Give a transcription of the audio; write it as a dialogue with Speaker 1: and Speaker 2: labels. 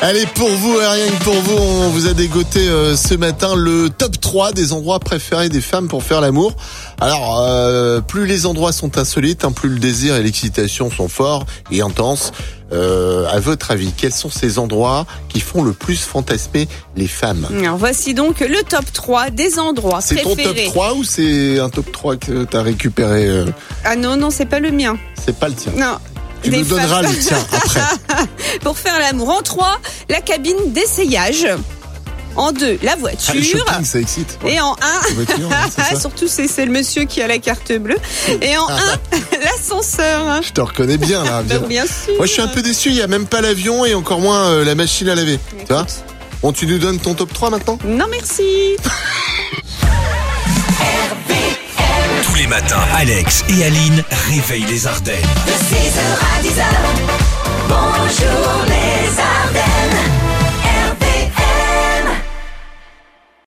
Speaker 1: Allez, pour vous, et rien que pour vous, on vous a dégoté euh, ce matin le top 3 des endroits préférés des femmes pour faire l'amour. Alors, euh, plus les endroits sont insolites, hein, plus le désir et l'excitation sont forts et intenses. Euh, à votre avis, quels sont ces endroits qui font le plus fantasmer les femmes
Speaker 2: Alors voici donc le top 3 des endroits
Speaker 1: C'est ton
Speaker 2: préférés.
Speaker 1: top 3 ou c'est un top 3 que t'as récupéré euh,
Speaker 2: Ah non, non, c'est pas le mien.
Speaker 1: C'est pas le tien.
Speaker 2: Non.
Speaker 1: Tu
Speaker 2: Des
Speaker 1: nous donneras
Speaker 2: femmes-
Speaker 1: le tien après. Ah,
Speaker 2: Pour faire l'amour. En 3, la cabine d'essayage. En 2, la
Speaker 1: Ah, le
Speaker 2: voiture.
Speaker 1: shopping, ça excite.
Speaker 2: Et en 1,
Speaker 1: La voiture, hein, c'est ça Ah,
Speaker 2: surtout c'est c'est le monsieur qui a la carte bleue. Et en 1,
Speaker 1: bah.
Speaker 2: l'ascenseur.
Speaker 1: Je te reconnais bien là. bien.
Speaker 2: Donc, bien sûr.
Speaker 1: Moi, je suis un peu déçu. Il y a même pas l'avion et encore moins euh, la machine à laver. Tu vois
Speaker 2: Écoute.
Speaker 1: Bon, tu nous donnes ton top 3 maintenant
Speaker 2: Non merci.
Speaker 3: Tous les matins, Alex et Aline réveillent les Ardennes.
Speaker 4: De 6h à 10h, bonjour les